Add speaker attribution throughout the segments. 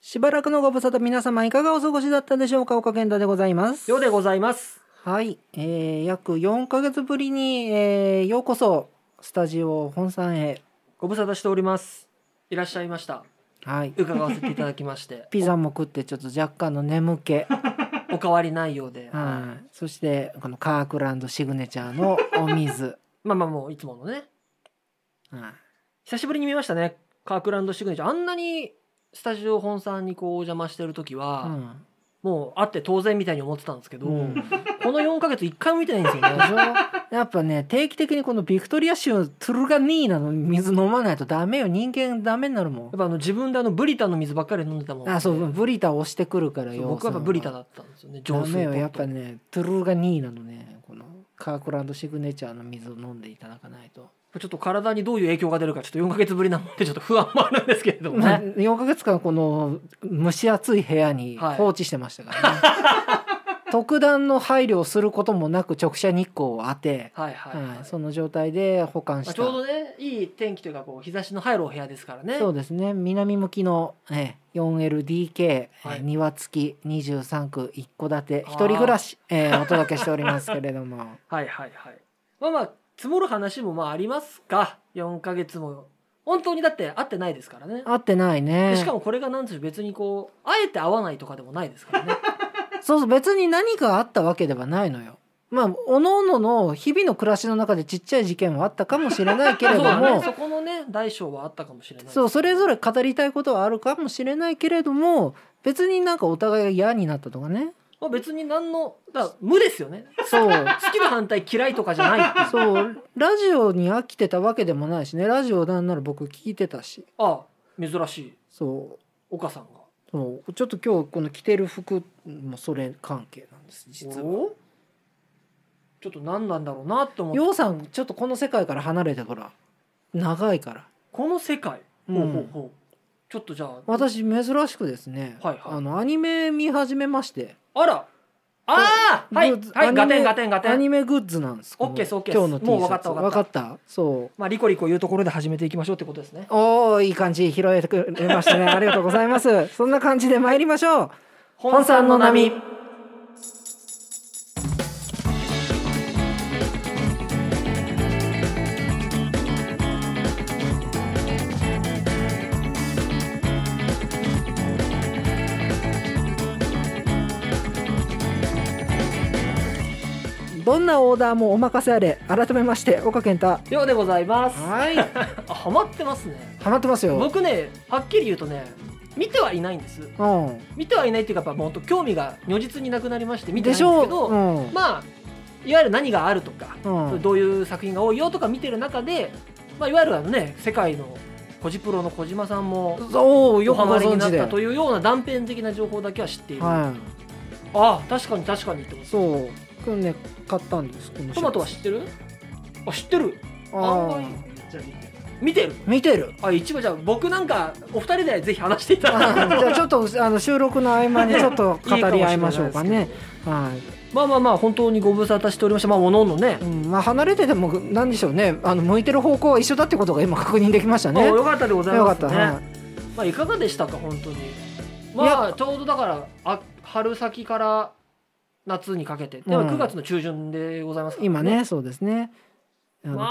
Speaker 1: しばらくのご無沙汰皆様いかがお過ごしだったでしょうか岡健太でございます
Speaker 2: ようでございます。
Speaker 1: はい、えー、約4ヶ月ぶりに、えー、ようこそスタジオ本山へ
Speaker 2: ご無沙汰しております。いらっしゃいました。
Speaker 1: はい
Speaker 2: 伺わせていただきまして、
Speaker 1: ピザも食ってちょっと若干の眠気
Speaker 2: お変わりないようで、
Speaker 1: はいそしてこのカークランドシグネチャーのお水
Speaker 2: まあまあもういつものね、
Speaker 1: はい
Speaker 2: 久しぶりに見ましたね。カークランドシグネチャーあんなにスタジオ本さんにこうお邪魔してる時
Speaker 1: う
Speaker 2: は、
Speaker 1: ん
Speaker 2: もうあって当然みたいに思ってたんですけど、
Speaker 1: うんでし
Speaker 2: この4ヶ月一回も見てないんで すよね。
Speaker 1: ょやっぱね定期的にこのビクトリア州トゥルガニーナの水飲まないとダメよ人間ダメになるもん
Speaker 2: やっぱあの自分であのブリタの水ばっかり飲んでたもん。
Speaker 1: あそうブリタ押してくるから
Speaker 2: そう
Speaker 1: よ
Speaker 2: 僕はやっぱブリタだったんですよね。浄水
Speaker 1: ダメよ
Speaker 2: ポット
Speaker 1: やっぱねトゥルーガニーナのねこのカークランドシグネチャーの水を飲んでいただかないと、
Speaker 2: ちょっと体にどういう影響が出るかちょっと4ヶ月ぶりなのでちょっと不安もあるんですけれども
Speaker 1: まあ
Speaker 2: ね。
Speaker 1: 4ヶ月間この蒸し暑い部屋に
Speaker 2: はい
Speaker 1: 放置してましたからね、 特段の配慮をすることもなく直射日光を当て、
Speaker 2: はいはい、
Speaker 1: はい
Speaker 2: はい
Speaker 1: その状態で保管
Speaker 2: ま
Speaker 1: し
Speaker 2: あ、
Speaker 1: た、
Speaker 2: ちょうどねいい天気というかこう日差しの入るお部屋ですからね
Speaker 1: そうですね南向きのええ 4LDK、ええ
Speaker 2: はい
Speaker 1: 庭付き23区一戸建て
Speaker 2: あー
Speaker 1: 一人暮らし、ええお届けしておりますけれど も
Speaker 2: はいはいはいまあまあ積もる話もまあありますが4ヶ月も本当にだって会ってないですからね
Speaker 1: 合ってないね
Speaker 2: でしかもこれがなんつう別にこうあえて会わないとかでもないで すからね
Speaker 1: そうそう別に何かあったわけではないのよ。まあおののの日々の暮らしの中でちっちゃい事件はあったかもしれないけれど
Speaker 2: そうだね
Speaker 1: も
Speaker 2: そこのね大小はあったかもしれないです
Speaker 1: そうそれぞれ語りたいことはあるかもしれないけれども別になんかお互いが嫌になったとかね
Speaker 2: まあ、別に何のだから無ですよね
Speaker 1: そう
Speaker 2: 好きな反対嫌いとかじゃないって いう
Speaker 1: そうラジオに飽きてたわけでもないしねラジオなんなら僕聞いてたし
Speaker 2: ああ珍しい
Speaker 1: そう
Speaker 2: 岡さんが
Speaker 1: そうちょっと今日この着てる服もそれ関係なんです実は。
Speaker 2: おちょっと何なんだろうなって思って
Speaker 1: ようさんちょっとこの世界から離れてから長いから。
Speaker 2: この世界、
Speaker 1: うん
Speaker 2: ほうほうほうちょっとじゃあ
Speaker 1: 私珍しくですね、
Speaker 2: はいはい
Speaker 1: あのアニメ見始めまして
Speaker 2: あらああ
Speaker 1: と
Speaker 2: はい
Speaker 1: グッズ
Speaker 2: は
Speaker 1: ア
Speaker 2: い
Speaker 1: ニメ
Speaker 2: ガテンガテンガテ
Speaker 1: アニ
Speaker 2: ン
Speaker 1: メグッズなんです
Speaker 2: オッケーです
Speaker 1: この
Speaker 2: オッケーです
Speaker 1: 今日の T シャツ
Speaker 2: もう分かった分か
Speaker 1: 分
Speaker 2: った
Speaker 1: かったそう
Speaker 2: まあリコリコいうところで始めていきましょうってことですね
Speaker 1: おーいい感じ拾えてくれました ねありがとうございますそんな感じで参りましょう本さんの波どんなオーダーもお任せあれ改めまして岡健太
Speaker 2: ようでございます
Speaker 1: はい
Speaker 2: あハマってますね
Speaker 1: ハマってますよ
Speaker 2: 僕ねはっきり言うとね見てはいないんです
Speaker 1: うん
Speaker 2: 見てはいないっていうかやっぱ本当興味が如実になくなりまして見て
Speaker 1: で
Speaker 2: ないん
Speaker 1: しょ
Speaker 2: ですけ
Speaker 1: う
Speaker 2: ど、
Speaker 1: うん
Speaker 2: まあいわゆる何があるとか、
Speaker 1: うん
Speaker 2: どういう作品が多いよとか見てる中で、まあ、いわゆるあのね世界のコジプロの小島さんも
Speaker 1: おおよ
Speaker 2: よ
Speaker 1: くご
Speaker 2: くハマりに
Speaker 1: 存
Speaker 2: な
Speaker 1: 知
Speaker 2: っ
Speaker 1: で
Speaker 2: たというような断片的な情報だけは知っている、あ
Speaker 1: は
Speaker 2: あ確かに確かにってこ
Speaker 1: い
Speaker 2: と
Speaker 1: そうこれね買ったんですこのシャツ
Speaker 2: トマトは知ってるあ知ってる
Speaker 1: あ
Speaker 2: 案
Speaker 1: ー
Speaker 2: 外見てる
Speaker 1: 見てる
Speaker 2: あ一応じゃあ僕なんかお二人でぜひ話していた
Speaker 1: あ
Speaker 2: だ
Speaker 1: ー じゃあちょっとあの収録の合間にちょっと語り合いましょうかねは
Speaker 2: まあまあまあ本当にご無沙汰しておりましたまあおのおのね
Speaker 1: い、うん、まあ離れててもなんでしょうねあの向いてる方向は一緒だってことが今確認できました
Speaker 2: まあ
Speaker 1: ねよ
Speaker 2: よかったでござい
Speaker 1: か
Speaker 2: ま
Speaker 1: っ
Speaker 2: す
Speaker 1: た、
Speaker 2: ね
Speaker 1: はい
Speaker 2: まあいかがでしたか本当にま
Speaker 1: い
Speaker 2: あちょうどだからあ春先から夏にかけてでは
Speaker 1: うん
Speaker 2: 9月の中旬でございますから
Speaker 1: 今ねそうですねあの
Speaker 2: ま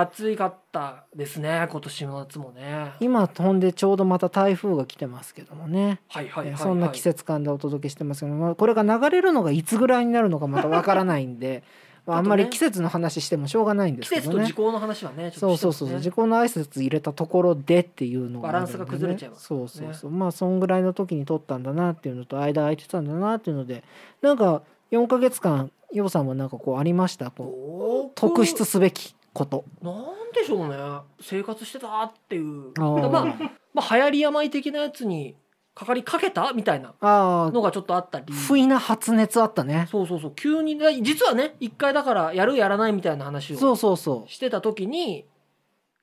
Speaker 2: あ暑かったですね今年の夏もね
Speaker 1: 今飛んでちょうどまた台風が来てますけどもね
Speaker 2: はいはいはい、
Speaker 1: え
Speaker 2: は
Speaker 1: ー
Speaker 2: い、
Speaker 1: そんな季節感でお届けしてますけど、まあ、これが流れるのがいつぐらいになるのかまたわからないん で、まあ、あんまり季節の話してもしょうがないんで
Speaker 2: 季
Speaker 1: すけ
Speaker 2: 節
Speaker 1: ど
Speaker 2: と
Speaker 1: ね
Speaker 2: 時効の話はねちょっ
Speaker 1: そう
Speaker 2: として
Speaker 1: そうそう
Speaker 2: ますね
Speaker 1: そう時効の挨拶入れたところでっていうのがあるんでね、
Speaker 2: バランスが崩れちゃいます
Speaker 1: そうそうそう、まあそんぐらいの時に撮ったんだなっていうのと間空いてたんだなっていうのでなんか4ヶ月間ようさんはなんかこうありましたこう
Speaker 2: 僕
Speaker 1: 特筆すべきこと
Speaker 2: なんでしょうね生活してたっていう
Speaker 1: あー
Speaker 2: まあ、まあ、流行り病的なやつにかかりかけたみたいな
Speaker 1: あー
Speaker 2: のがちょっとあったり
Speaker 1: 不意な発熱あったね
Speaker 2: そうそうそう急にね実はね一回だからやるやらないみたいな話
Speaker 1: そ
Speaker 2: を
Speaker 1: うそうそ
Speaker 2: してた時に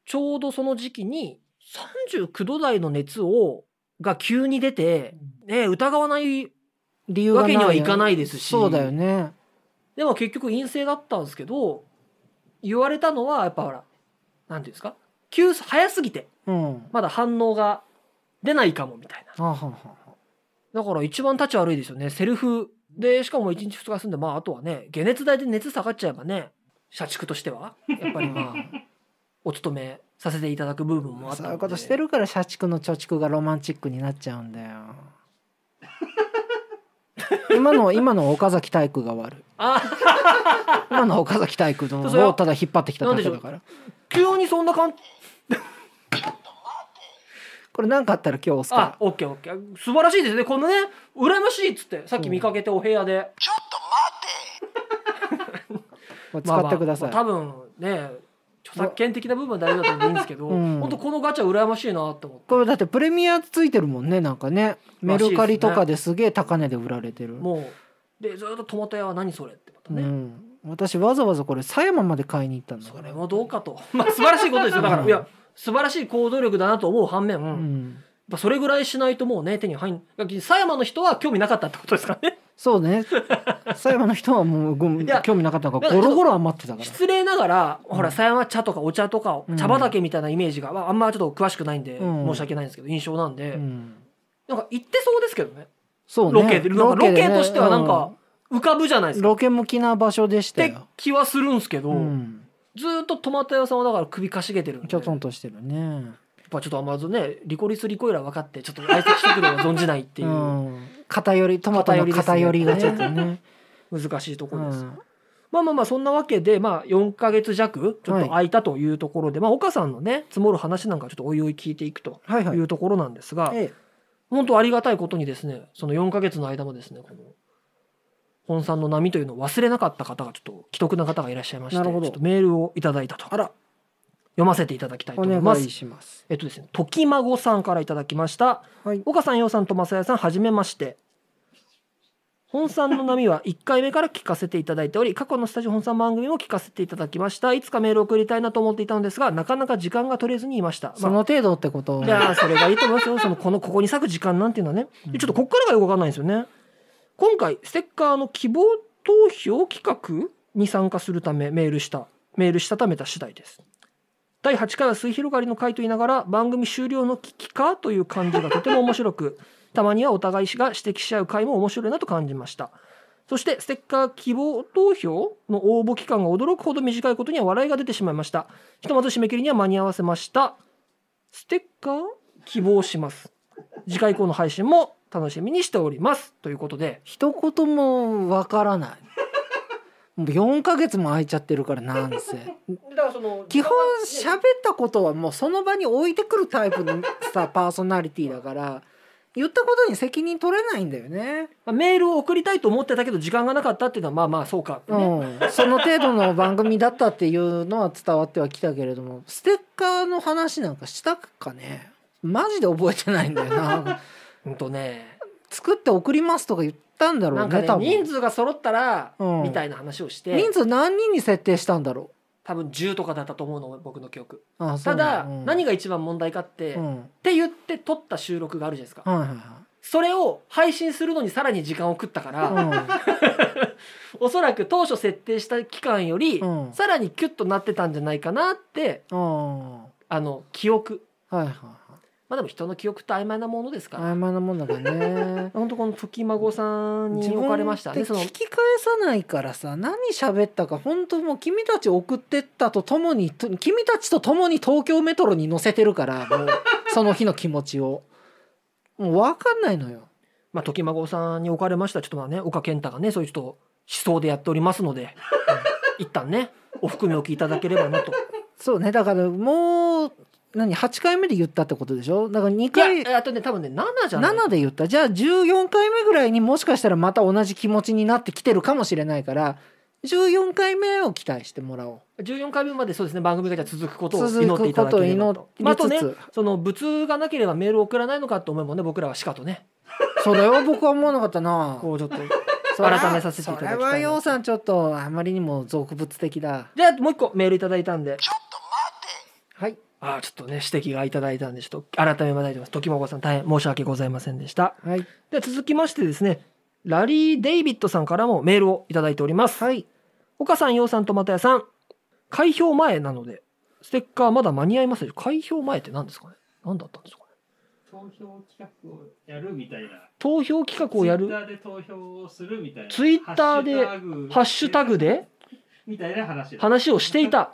Speaker 2: ちょうどその時期に39度台の熱をが急に出て、ね、疑わないう
Speaker 1: 理由が
Speaker 2: わ
Speaker 1: ない
Speaker 2: けにはいかないですし
Speaker 1: そうだよね
Speaker 2: でも結局陰性だったんですけど言われたのはやっぱほら何ていうんですか急す早すぎて
Speaker 1: うん
Speaker 2: まだ反応が出ないかもみたいな
Speaker 1: あはんはんはん
Speaker 2: だから一番立ち悪いですよね。セルフで、しかも1日2日休んで、まああとはね、解熱剤で熱下がっちゃえばね、社畜としては、やっぱ りまあ、お勤めさせていただく部分もあった
Speaker 1: そ
Speaker 2: の
Speaker 1: う
Speaker 2: で
Speaker 1: いうことしてるから社畜の貯蓄がロマンチックになっちゃうんだ よ今の今の岡崎体育が悪い
Speaker 2: あ、
Speaker 1: 今の岡崎体育の
Speaker 2: それは
Speaker 1: をただ引っ張ってきただけだから
Speaker 2: 急にそんな感じ。
Speaker 1: これ何かあったら今日押す
Speaker 2: あ
Speaker 1: か、
Speaker 2: オッケーオッケー。素晴らしいですね。このね、羨ましいっつって、さっき見かけてお部屋で。
Speaker 1: らこれ使ってください、
Speaker 2: まあまあまあ多分ね、著作権的な部分は大事だと思うんですけど、
Speaker 1: うん
Speaker 2: 本当このガチャ羨ましいなって思って。
Speaker 1: これだってプレミアついてるもんねなんかねメルカリとかですげえ高値で売られてる
Speaker 2: もう、で、ずっとトマト屋は何それってまた
Speaker 1: う
Speaker 2: ね。
Speaker 1: ん、私わざわざこれ狭山まで買いに行ったんだ
Speaker 2: そ
Speaker 1: か
Speaker 2: れ
Speaker 1: ら、
Speaker 2: もどうかと。 まあ素晴らしいことですよ。だから、
Speaker 1: うん
Speaker 2: いや、素晴らしい行動力だなと思う反面、
Speaker 1: う
Speaker 2: やっ
Speaker 1: ん、
Speaker 2: ぱそれぐらいしないともうね、手に入ん、だから狭山の人は興味なかったってことですからね。
Speaker 1: そう ね狭山の人はもうごめん
Speaker 2: いや
Speaker 1: 興味なかったの
Speaker 2: だ
Speaker 1: が
Speaker 2: から
Speaker 1: ゴロゴロ余ってたから
Speaker 2: 失礼ながら、ほ
Speaker 1: う
Speaker 2: ら、
Speaker 1: ん
Speaker 2: 狭山茶とかお茶とか
Speaker 1: う、ん
Speaker 2: 茶畑みたいなイメージが、まああんまちょっと詳しくないんで、
Speaker 1: うん
Speaker 2: 申し訳ないんですけど、印象なんで、
Speaker 1: うん
Speaker 2: なんか行ってそうですけどね。
Speaker 1: そうね
Speaker 2: ロケで、なんかロ
Speaker 1: で
Speaker 2: ケ
Speaker 1: ね
Speaker 2: としてはなん
Speaker 1: う
Speaker 2: か、浮かぶじゃないですか。っ
Speaker 1: ロケ向きな場所でした
Speaker 2: て
Speaker 1: よ、
Speaker 2: 気はするんすけど、
Speaker 1: うん、
Speaker 2: ずーっとトマト屋さんはだから首かしげてるんで。
Speaker 1: ちょとんとしてるね
Speaker 2: やっぱちょっとあんまずね、リコリスリコイラ分かって、ちょっと相席食堂は存じない っていうう、
Speaker 1: ん、偏りトマトの偏
Speaker 2: 偏
Speaker 1: り
Speaker 2: り
Speaker 1: が
Speaker 2: ですね
Speaker 1: ちょっと ね、
Speaker 2: 難しいとこ
Speaker 1: う
Speaker 2: ろです。
Speaker 1: ん、
Speaker 2: まあまあまあ、そんなわけで、まあ、4ヶ月弱、ちょっと空いたというところで、まあ、岡さんのね、積もる話なんかちょっとおいおい聞いていくと
Speaker 1: はいはいいう
Speaker 2: ところなんですが、
Speaker 1: え
Speaker 2: 本当ありがたいことにですね、その4ヶ月の間もですね、この、本さんの波というのを忘れなかった方が、ちょっと、既得な方がいらっしゃいまして、
Speaker 1: な
Speaker 2: ち
Speaker 1: る
Speaker 2: ょ
Speaker 1: ほど
Speaker 2: っとメールをいただいたと。
Speaker 1: あら
Speaker 2: 読ませていただきたいと
Speaker 1: お
Speaker 2: 思いま
Speaker 1: 願
Speaker 2: す
Speaker 1: い。します
Speaker 2: えっとですね、時孫さんからいただきました。
Speaker 1: はい
Speaker 2: 岡さん、洋さんと正也さん、はじめまして。本さんの波は1回目から聞かせていただいており、過去のスタジオ本さん番組も聞かせていただきました。いつかメールを送りたいなと思っていたのですが、なかなか時間が取れずにいました。
Speaker 1: その
Speaker 2: ま
Speaker 1: 程度ってこと
Speaker 2: あ、いやーそれがいいと思いますよ。その、この、ここに咲く時間なんていうのはね。
Speaker 1: うん
Speaker 2: でちょっとこっからがよくわかんないんですよね。今回、ステッカーの希望投票企画に参加するためメールした、メールしたためた次第です。第8回は水広がりの回と言いながら番組終了の危機かという感じがとても面白く たまにはお互いが指摘し合う回も面白いなと感じましたそしてステッカー希望投票の応募期間が驚くほど短いことには笑いが出てしまいましたひとまず締め切りには間に合わせましたステッカー希望します次回以降の配信も楽しみにしておりますということで
Speaker 1: 一言もわからないもう4ヶ月も空いちゃってるからなん せ
Speaker 2: だからその
Speaker 1: 基本喋ったことはもうその場に置いてくるタイプのさパーソナリティだから言ったことに責任取れないんだよね、
Speaker 2: まあメールを送りたいと思ってたけど時間がなかったっていうのはまあまあそうかって
Speaker 1: う
Speaker 2: ね、
Speaker 1: ん、その程度の番組だったっていうのは伝わってはきたけれどもステッカーの話なんかしたかねマジで覚えてないんだよ な
Speaker 2: ほんとね
Speaker 1: 作って送りますとか言ったんだろ
Speaker 2: な
Speaker 1: うん
Speaker 2: か
Speaker 1: ね
Speaker 2: ね
Speaker 1: 多
Speaker 2: 人
Speaker 1: 分
Speaker 2: 数が揃ったら、
Speaker 1: うん
Speaker 2: みたいな話をして
Speaker 1: 人数何人に設定したんだろ
Speaker 2: 多分10とかだったと思うの僕の記憶
Speaker 1: うあそ
Speaker 2: た
Speaker 1: うな
Speaker 2: だ、
Speaker 1: のうん
Speaker 2: 何が一番問題かって、
Speaker 1: う
Speaker 2: っ
Speaker 1: ん
Speaker 2: て言って撮った収録があるじゃないですか、
Speaker 1: はいはい
Speaker 2: それを配信するのにさらに時間を食ったから、
Speaker 1: はい
Speaker 2: おそらく当初設定した期間より、
Speaker 1: うんうん
Speaker 2: さらにキュッとなってたんじゃないかなって
Speaker 1: うん
Speaker 2: あの記憶
Speaker 1: はいはいはい
Speaker 2: まあでも人の記憶って曖昧なものですから、
Speaker 1: 曖昧なもんだからね
Speaker 2: 本当この時孫さんに
Speaker 1: 自
Speaker 2: 置かれました
Speaker 1: 分
Speaker 2: ね
Speaker 1: っ
Speaker 2: そ
Speaker 1: て
Speaker 2: の
Speaker 1: 聞き返さないからさ何喋ったか本当もう君たち送ってったとともにと君たちとともに東京メトロに乗せてるからもうその日の気持ちを もう分かんないのよ
Speaker 2: まあ、時孫さんにおかれましたちょっとまあね岡健太がねそういうちょっと思想でやっておりますので一旦ねお含みおきいただければなと
Speaker 1: そうねだからもう何8回目で言ったってことでしょだから2
Speaker 2: いや
Speaker 1: 回
Speaker 2: えっとね多分ね7じゃない
Speaker 1: 7で言ったじゃあ14回目ぐらいにもしかしたらまた同じ気持ちになってきてるかもしれないから14回目を期待してもらおう
Speaker 2: 14回目までそうですね番組がじゃあ続くことを祈
Speaker 1: 続
Speaker 2: って
Speaker 1: く
Speaker 2: い
Speaker 1: こ
Speaker 2: ただ
Speaker 1: と
Speaker 2: け
Speaker 1: を
Speaker 2: れば
Speaker 1: 祈
Speaker 2: とまあ、あと
Speaker 1: りつ
Speaker 2: ね
Speaker 1: つ
Speaker 2: その物通がなければメールを送らないのかと思うもんね僕らはしかとね
Speaker 1: それは僕は思わなかったな。
Speaker 2: こうちょっと
Speaker 1: それは
Speaker 2: 改めさせていただきたい
Speaker 1: それはようさんちょっとあまりにも俗物的だ。
Speaker 2: じゃあもう一個メールいただいたんで
Speaker 1: はい。
Speaker 2: ああちょっとね指摘がいただいたんでちょっと改めまいてます時孫さん大変申し訳ございませんでした
Speaker 1: はい。
Speaker 2: で続きましてですねラリー・デイビッドさんからもメールをいただいております
Speaker 1: はい。
Speaker 2: 岡さん、洋さん、とまたやさん。開票前なので、ステッカーまだ間に合いますでしょ開票前って何ですかね何だったんですかね
Speaker 3: 投票企画をやるみたいな。
Speaker 2: 投票企画をやる
Speaker 3: ツイッターで投票をするみたいな。
Speaker 2: Twitter でハッシュタグで
Speaker 3: みたいな話だ。
Speaker 2: 話をしていた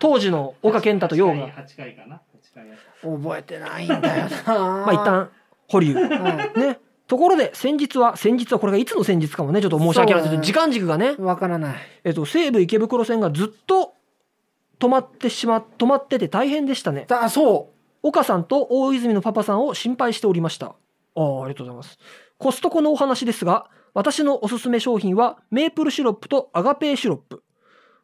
Speaker 2: 当時の岡健太と陽が
Speaker 3: 8回かな。8回やった
Speaker 1: 覚えてないんだよ な
Speaker 2: まあ一旦保留
Speaker 1: は
Speaker 2: ねところで先日は先日はこれがいつの先日かもねちょっと申し訳ありませ
Speaker 1: そうんね
Speaker 2: 時間軸がね
Speaker 1: いわからない
Speaker 2: えっと西武池袋線がずっと止まってしま止まってて大変でしたね
Speaker 1: だそ
Speaker 2: 岡さんと大泉のパパさんを心配しておりましたあーありがとうございますコストコのお話ですが私のおすすめ商品はメープルシロップとアガペーシロップ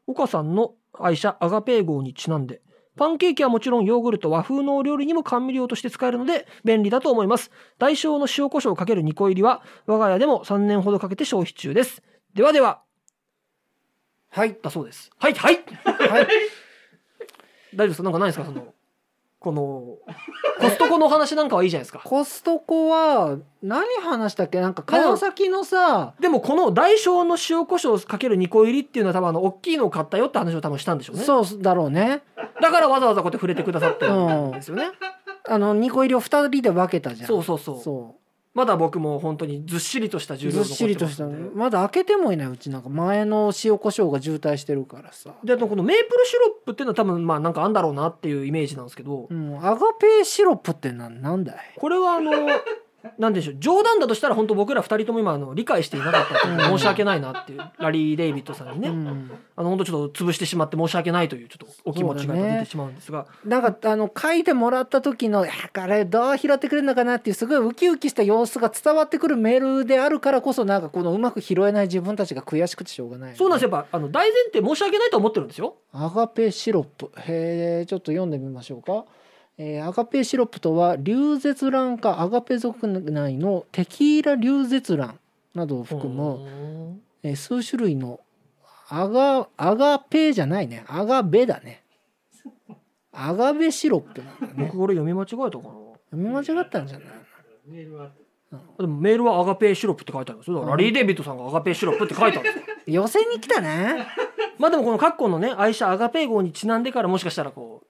Speaker 2: 岡さんの愛車アガペー号にちなんでパンケーキはもちろんヨーグルト和風のお料理にも甘味料として使えるので便利だと思います代償の塩コショウかける2個入りは我が家でも3年ほどかけて消費中ですではでは
Speaker 1: うはい
Speaker 2: だそうですはいはい
Speaker 1: はい
Speaker 2: 大丈夫ですかなんかないですかそのこのコストコのお話なんかはいいじゃないですか
Speaker 1: コストコは何話したっけなんか川崎のさ
Speaker 2: でもこの大小の塩コショウかける2個入りっていうのは多分あの大きいのを買ったよって話を多分したんでしょうね
Speaker 1: そうだろうね
Speaker 2: だからわざわざこうやって触れてくださって
Speaker 1: う
Speaker 2: るん
Speaker 1: ん
Speaker 2: ですよね、
Speaker 1: あの2個入りを2人で分けたじゃん
Speaker 2: そうそうそう
Speaker 1: そ
Speaker 2: まだ僕も本当にずっしりとした
Speaker 1: う
Speaker 2: 重量
Speaker 1: ずっ
Speaker 2: が
Speaker 1: しりとした
Speaker 2: 残ってますん
Speaker 1: まだ開けてもいないうちなんか前の塩コショウが渋滞してるからさ
Speaker 2: でであとこのメープルシロップっていうのは多分まあなんかあんだろうなっていうイメージなんですけど
Speaker 1: うんアガペーシロップってなんなんだい
Speaker 2: これはあの なんでしょう冗談だとしたら本当僕ら二人とも今あの理解していなかったっていう申し訳ないなっていうラリー・デイビッドさんにね、
Speaker 1: うん
Speaker 2: あの本当ちょっと潰してしまって申し訳ないというちょっとお気持ちが出てしまうんですが、
Speaker 1: なんかあの書いてもらった時の「いやこれどう拾ってくれるのかな」っていうすごいウキウキした様子が伝わってくるメールであるからこそなんかこのうまく拾えない自分たちが悔しくてしょうがない、
Speaker 2: そうなんですよやっぱあの大前提申し訳ないとは思ってるんですよ
Speaker 1: アガペシロップへえちょっと読んでみましょうか、えーアガペシロップとは流絶卵かアガペ族内のテキーラ流絶卵などを含む、
Speaker 2: む
Speaker 1: えー数種類のアガアガペじゃないねアガベだねアガベシロップなんだね
Speaker 2: 僕これ読み間違えたかな
Speaker 1: 読み間違ったんじゃない
Speaker 3: メールはあっ
Speaker 2: でもメールはアガペーシロップって書いてあるんですよだからラリー・デイビッドさんがアガペーシロップって書いてあ るんですよ
Speaker 1: 寄せに来たね
Speaker 2: まあでもこの括弧のね愛車アガペー号にちなんでからもしかしたらこう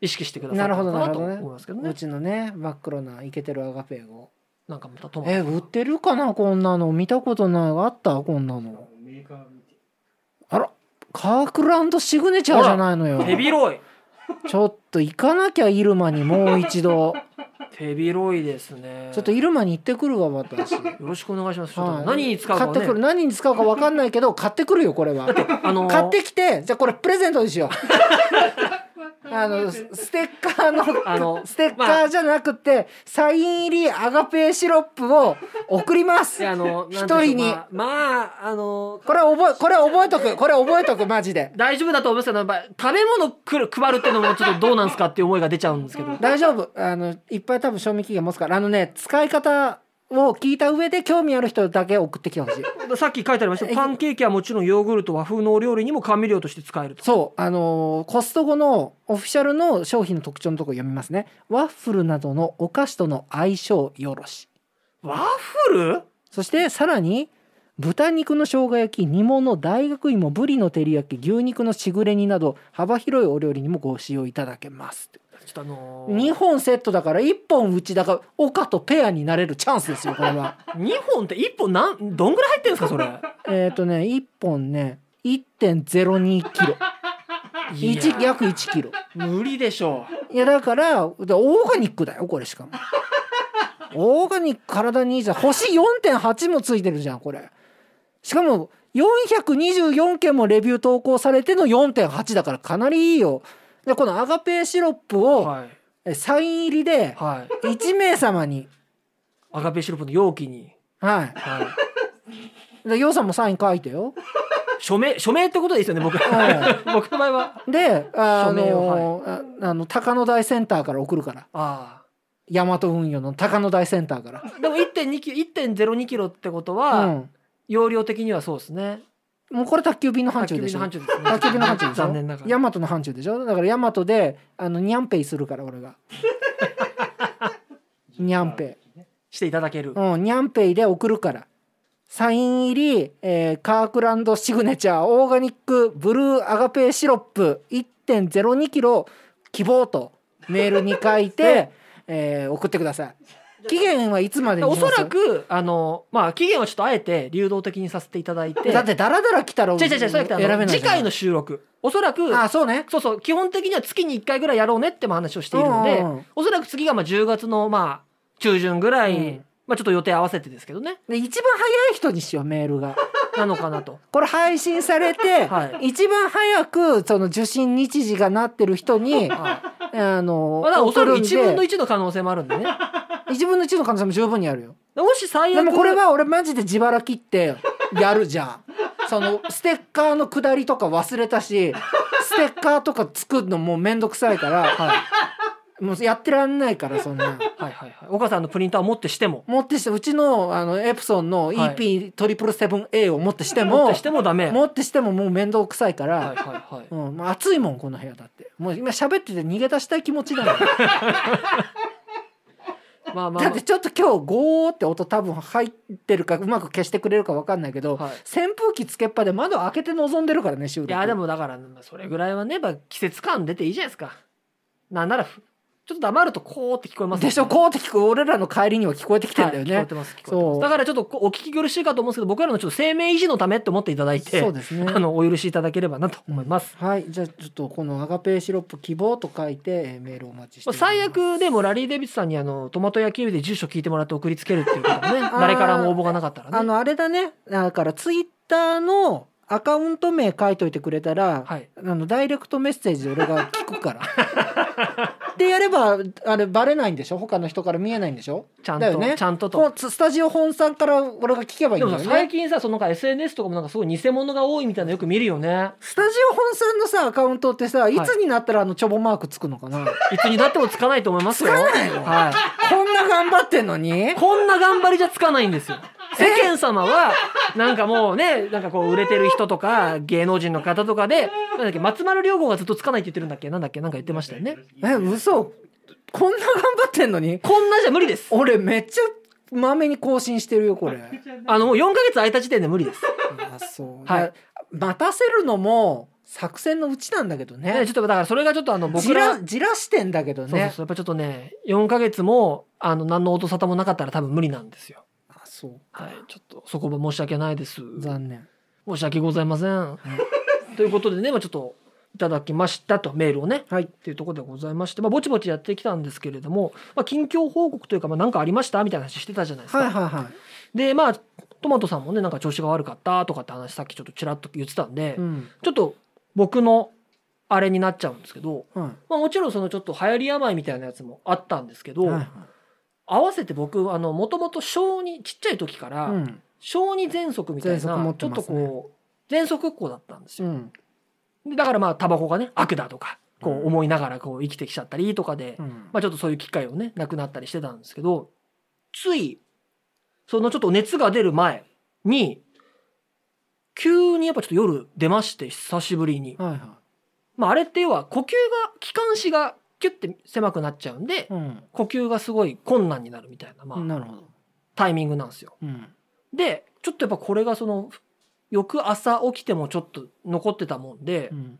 Speaker 2: 意識してくださったのか
Speaker 1: な
Speaker 2: な
Speaker 1: る
Speaker 2: と
Speaker 1: ほどなるほどね
Speaker 2: 思いますけどね
Speaker 1: うちのね真っ黒なイケてるアガペを
Speaker 2: なんかまたトマト
Speaker 1: え売ってるかなこんなの見たことないあったこんな
Speaker 3: た
Speaker 1: の
Speaker 3: メーカー見て。
Speaker 1: あらカークランドシグネチャーじゃないのよ
Speaker 2: 手広い
Speaker 1: ちょっと行かなきゃイルマにもう一度
Speaker 2: 手広いですね
Speaker 1: ちょっとイルマに行ってくるわ私
Speaker 2: よろしくお願いしますちょっ
Speaker 1: は
Speaker 2: と
Speaker 1: い
Speaker 2: 何に使う
Speaker 1: 買
Speaker 2: かは
Speaker 1: ってくる
Speaker 2: ね
Speaker 1: 何に使うか分かんないけど買ってくるよこれは
Speaker 2: あのー
Speaker 1: 買ってきてじゃあこれプレゼントにしよ うあのスステッカーの
Speaker 2: あの
Speaker 1: ステッカ
Speaker 2: まあ
Speaker 1: ーじゃなくて、サイン入りアガペーシロップを送ります
Speaker 2: いやあの
Speaker 1: 一
Speaker 2: なんて
Speaker 1: 人
Speaker 2: いう
Speaker 1: に
Speaker 2: かまあまああの
Speaker 1: これは覚えこれは覚えとくこれは覚えとくマジで
Speaker 2: 大丈夫だと思いますけどやっぱ食べ物くる配るっていうのもちょっとどうなんですかっていう思いが出ちゃうんですけど
Speaker 1: 大丈夫あのいっぱい多分賞味期限持つからあのね使い方を聞いた上で興味ある人だけ送ってきてほしい
Speaker 2: さっき書いてありましたパンケーキはもちろんヨーグルト和風のお料理にも甘味料として使えると
Speaker 1: そうあのーコストコのオフィシャルの商品の特徴のとこ読みますねワッフルなどのお菓子との相性よろし
Speaker 2: ワッフル
Speaker 1: そしてさらに豚肉の生姜焼き煮物大学芋ぶりの照り焼き牛肉のしぐれ煮など幅広いお料理にもご使用いただけます
Speaker 2: ちょっとあのー、
Speaker 1: 2本セットだから1本うちだから岡とペアになれるチャンスですよこれ は
Speaker 2: 2本って1本なんどんぐらい入ってるんで すかそれ
Speaker 1: えっとね1本ね1.02キロ一
Speaker 2: いや
Speaker 1: 約1キロ
Speaker 2: 無理でしょ
Speaker 1: いやだからだオーガニックだよこれしかもオーガニック体にいいじゃん星4.8もついてるじゃんこれしかも424件もレビュー投稿されての4.8だからかなりいいよでこのアガペーシロップ
Speaker 2: う
Speaker 1: を
Speaker 2: はい
Speaker 1: えサイン入りで
Speaker 2: はい
Speaker 1: 1名様に
Speaker 2: アガペシロップの容器に、
Speaker 1: は
Speaker 2: はい、
Speaker 1: いでヨウさんもサイン書いてよ
Speaker 2: 署名 署名ってことですよね僕
Speaker 1: は
Speaker 2: 僕の場合は
Speaker 1: であ
Speaker 2: 署名を
Speaker 1: の、ああの高野台センターから送るから
Speaker 2: あ
Speaker 1: 大和運輸の高野台センターから
Speaker 2: あでも1.2キロ1.02キロってこと は、
Speaker 1: うん
Speaker 2: 容量的にはそうですね
Speaker 1: もうこれ宅急便の範疇でしょ
Speaker 2: 宅急便の範疇ですね
Speaker 1: 宅急便の範疇でしょ
Speaker 2: 残念ながら
Speaker 1: ヤマトの範疇でしょだからヤマトであのニャンペイするから俺がニャンペ
Speaker 2: していただける、
Speaker 1: うんニャンペイで送るからサイン入り、えーカークランドシグネチャーオーガニックブルーアガペーシロップ1 0 2キロ希望とメールに書いて、えー送ってください。期限はいつまでに
Speaker 2: お
Speaker 1: しま
Speaker 2: そ
Speaker 1: す
Speaker 2: らく、あの、まあ、期限はちょっとあえて流動的にさせていただいて。
Speaker 1: だってダラダラ来たら
Speaker 2: 違う違う違う、そうやってあの
Speaker 1: 選べないじゃん
Speaker 2: 次回の収録。おそらく、
Speaker 1: あそうね
Speaker 2: そうそう、基本的には月に1回ぐらいやろうねっても話をしているので、
Speaker 1: うんうんうん
Speaker 2: おそらく次がまあ10月のまあ、中旬ぐらい、
Speaker 1: うん
Speaker 2: まあちょっと予定合わせてですけどね、
Speaker 1: で一番早い人にしようメールが
Speaker 2: なのか なと。
Speaker 1: これ配信されて、
Speaker 2: は
Speaker 1: 一番早くその受信日時がなってる人 に
Speaker 2: はいま
Speaker 1: あの
Speaker 2: あ、だからおそらく1分の
Speaker 1: 1
Speaker 2: 1の可能性もあるんでね。
Speaker 1: 分の1の可能性も十分にあるよ
Speaker 2: もし最
Speaker 1: で
Speaker 2: 悪。
Speaker 1: もこれは俺マジで自腹切ってやるじゃんそのステッカーのくだりとか忘れたしステッカーとか作るのもうめんどくさいから、もうやってらんないからそんな。
Speaker 2: はいはいはい。岡さんのプリンターを持ってしても。
Speaker 1: 持ってしてうちのあのエプソンの
Speaker 2: はい
Speaker 1: EP トリプルセブン A を持ってして
Speaker 2: 持っ
Speaker 1: も
Speaker 2: てしてもダメ。
Speaker 1: 持ってしてももう面倒くさいか
Speaker 2: はいは
Speaker 1: ら、
Speaker 2: いはい。
Speaker 1: うん、まあ暑いもんこの部屋だってもう今喋ってて逃げ出したい気持ちだ もん
Speaker 2: まあまあ、
Speaker 1: だって ちょっと今日ゴーって音多分入ってるかうまく消してくれるか分かんないけど、
Speaker 2: はい
Speaker 1: 扇風機つけっぱで窓開けて望んでるからね収
Speaker 2: い
Speaker 1: 録
Speaker 2: やでもだからそれぐらいはねやっぱ季節感出ていいじゃないですかなんならふちょっと黙るとこうって聞こえますもんね
Speaker 1: でしょこうって聞く俺らの帰りには聞こえてきてんだよね、
Speaker 2: はい聞こえてます聞こえてます
Speaker 1: そう
Speaker 2: だからちょっとこうお聞き苦しいかと思うんですけど僕らのちょっと生命維持のためって思っていただいて
Speaker 1: そうですね
Speaker 2: あのお許しいただければなと思います、
Speaker 1: はいじゃあちょっとこの「アガペーシロップ希望」と書いてえーメールお待ちしております
Speaker 2: 最悪でもラリー・デイビッツさんにあのトマト焼き指で住所聞いてもらって送りつけるっていうこともね
Speaker 1: ー
Speaker 2: 誰からも応募がなかったら
Speaker 1: あ
Speaker 2: ね
Speaker 1: のあれだねだからツイッターのアカウント名書いといてくれたら、
Speaker 2: はい
Speaker 1: あのダイレクトメッセージで俺が聞くから でやればあれバレないんでしょ他の人から見えないんでしょ
Speaker 2: ちゃん
Speaker 1: だ
Speaker 2: と、
Speaker 1: よね
Speaker 2: ちゃんとと
Speaker 1: こうススタジオ本さんから俺が聞けばいい
Speaker 2: で
Speaker 1: ん
Speaker 2: も
Speaker 1: だ
Speaker 2: さ
Speaker 1: よ
Speaker 2: 最
Speaker 1: ね
Speaker 2: 近さそのなんか SNS とかもなんかすごい偽物が多いみたいなのよく見るよね
Speaker 1: スタジオ本さんのさアカウントってさいつになったらあのチョボマークつくのか な、
Speaker 2: いつになってもつかないと思いますよ
Speaker 1: つかないの
Speaker 2: はい
Speaker 1: こんな頑張ってんのに
Speaker 2: こんな頑張りじゃつかない んですよ。世間様は、なんかもうね、なんかこう売れてる人とか、芸能人の方とかで、なんだっけ、松丸亮吾がずっとつかないって言ってるんだっけなんだっけなんか言ってましたよね。
Speaker 1: え嘘こんな頑張ってんのに
Speaker 2: こんなじゃ無理です。
Speaker 1: 俺めっちゃまめに更新してるよこれ。
Speaker 2: あの、もう4ヶ月空いた時点で無理です。
Speaker 1: あそう。
Speaker 2: はい
Speaker 1: いや待たせるのも作戦のうちなんだけど
Speaker 2: ね
Speaker 1: ね
Speaker 2: ちょ。っとだからそれがちょっとあの、僕
Speaker 1: じ
Speaker 2: ら、
Speaker 1: ら
Speaker 2: そう
Speaker 1: じらしてんだけど
Speaker 2: そうそう、や
Speaker 1: ね。
Speaker 2: っぱちょっとね、4ヶ月も、あの、何の音沙汰もなかったら多分無理なんですよ。
Speaker 1: あそう
Speaker 2: はい、ちょっとそこは申し訳ないです。
Speaker 1: 残念。
Speaker 2: 申し訳ございま せん。ということでね、まあ、ちょっといただきましたとメールをね、
Speaker 1: はい
Speaker 2: っていうところでございまして、まあ、ぼちぼちやってきたんですけれども、まあ、近況報告というか、まあ、なんかありましたみたいな話してたじゃないですか。
Speaker 1: はいはいは
Speaker 2: で、まあ、トマトさんもね、なんか調子が悪かったとかって話さっきちょっとちらっと言ってたんで、
Speaker 1: い。うん。
Speaker 2: ちょっと僕のあれになっちゃうんですけど、
Speaker 1: はい。
Speaker 2: まあ、もちろんそのちょっと流行り病みたいなやつもあったんですけど、
Speaker 1: はいはい
Speaker 2: 合わせて僕、あの、もともと小に、ちっちゃい時から、
Speaker 1: うん
Speaker 2: 小児喘息みたいな、
Speaker 1: 喘息持っ
Speaker 2: ちょ
Speaker 1: て
Speaker 2: っ
Speaker 1: ます
Speaker 2: と
Speaker 1: ね
Speaker 2: こう、喘息っ子だったんですよ
Speaker 1: う。ん
Speaker 2: でだからまあタバコがね悪だとかこ
Speaker 1: う
Speaker 2: うん思いながらこう生きてきちゃったりとかで、
Speaker 1: うん
Speaker 2: まあ、ちょっとそういう機会をねなくなったりしてたんですけどついそのちょっと熱が出る前に急にやっぱちょっと夜出まして久しぶりに、
Speaker 1: はいはい。
Speaker 2: まあ、あれって要は呼吸が気管支がキュッて狭くなっちゃうんで
Speaker 1: う
Speaker 2: 呼吸がすごい困難になるみたいな、ま
Speaker 1: ん。
Speaker 2: あ、
Speaker 1: なるほど。
Speaker 2: タイミングなんですよ。
Speaker 1: うん。
Speaker 2: でちょっとやっぱこれがその翌朝起きてもちょっと残ってたもんで。
Speaker 1: うん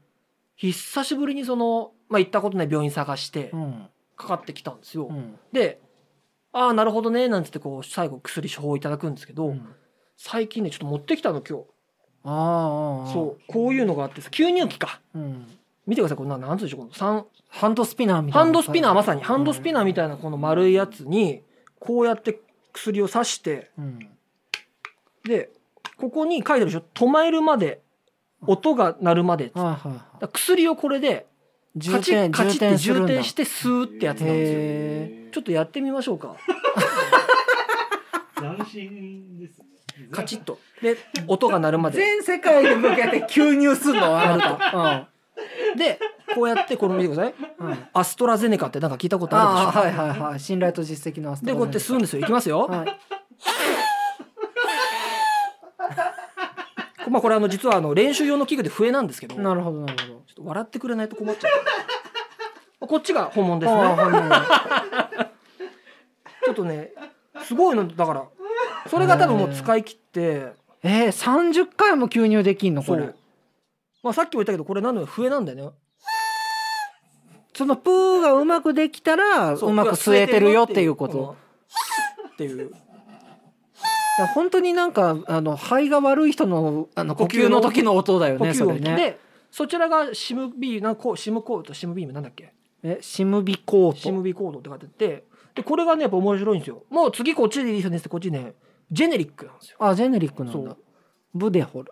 Speaker 2: 久しぶりにその、まあ、行ったことない病院探して
Speaker 1: うん
Speaker 2: かかってきたんですよ。
Speaker 1: うん
Speaker 2: で「ああなるほどね」なんつってこう最後薬処方いただくんですけど、
Speaker 1: うん。
Speaker 2: 最近ねちょっと持ってきたの今
Speaker 1: ああああ。
Speaker 2: 日そうこういうのがあってさ吸入器か
Speaker 1: う。うん。
Speaker 2: 見てくださいこんななんつうでしょうこの三
Speaker 1: ハンドスピナーみたい
Speaker 2: ハ
Speaker 1: な。
Speaker 2: ンドスピナーまさに
Speaker 1: うん
Speaker 2: ハンドスピナーみたいなこの丸いやつにこうやって薬を刺して
Speaker 1: うん。
Speaker 2: でここに書いてあるでしょ止まえるまで音が鳴るまでだ
Speaker 1: はい
Speaker 2: か
Speaker 1: はいはい。
Speaker 2: ら薬をこれでカ
Speaker 1: 充
Speaker 2: チッ
Speaker 1: 填
Speaker 2: カチ
Speaker 1: 充
Speaker 2: ッって
Speaker 1: 填する
Speaker 2: 充
Speaker 1: んだ
Speaker 2: 填してスーってやつなんですよ。
Speaker 1: へ
Speaker 2: ちょっとやってみましょうか。
Speaker 3: 斬新ですね。
Speaker 2: カチッと。で、音が鳴るまで。
Speaker 1: 全世界に向けて吸入すんのあな た。
Speaker 2: で、こうやってこれ見てください。
Speaker 1: うん。うん
Speaker 2: アストラゼネカってなんか聞いたことあ
Speaker 1: あ
Speaker 2: るでし
Speaker 1: あ
Speaker 2: ょ。
Speaker 1: はいはいはい信頼と実績のアスト
Speaker 2: で、
Speaker 1: ラ
Speaker 2: こ
Speaker 1: ゼ
Speaker 2: う
Speaker 1: ネ
Speaker 2: やっ
Speaker 1: カ
Speaker 2: て吸うんですよ。いきますよ。
Speaker 1: はい
Speaker 2: まあこれあの実はあの練習用の器具で笛なんですけど、ちょっ
Speaker 1: なるほどなるほど
Speaker 2: と笑ってくれないと困っちゃう。 こっちが本物です
Speaker 1: ああ
Speaker 2: ね。
Speaker 1: 本物
Speaker 2: ちょっとね、すごいの、だから、それが多分もう使い切って、
Speaker 1: えー、30回も吸入できんの
Speaker 2: そ
Speaker 1: これ
Speaker 2: う。まあさっきも言ったけど、これなのよ、笛なんだよね。
Speaker 1: そのプーがうまくできたらうまく吸えてるよっていうこと。
Speaker 2: っていう
Speaker 1: いや本当になんかあの肺が悪い人のあの呼
Speaker 2: 呼
Speaker 1: 吸
Speaker 2: 吸
Speaker 1: の
Speaker 2: の
Speaker 1: 時の音だよ
Speaker 2: 呼
Speaker 1: ね
Speaker 2: 吸
Speaker 1: それ
Speaker 2: 音で、
Speaker 1: ね。
Speaker 2: そちらがシムビーなんかこうシムコードシムビームなんだっけ
Speaker 1: えシムビコ
Speaker 2: シ
Speaker 1: ート。
Speaker 2: ムビーコードって書いててでこれがねやっぱ面白いんですよもう次こっちでいいですねってこっちねジェネリックなんですよ
Speaker 1: あジェネリックな
Speaker 2: そ
Speaker 1: んだ
Speaker 2: う。
Speaker 1: ブデホル。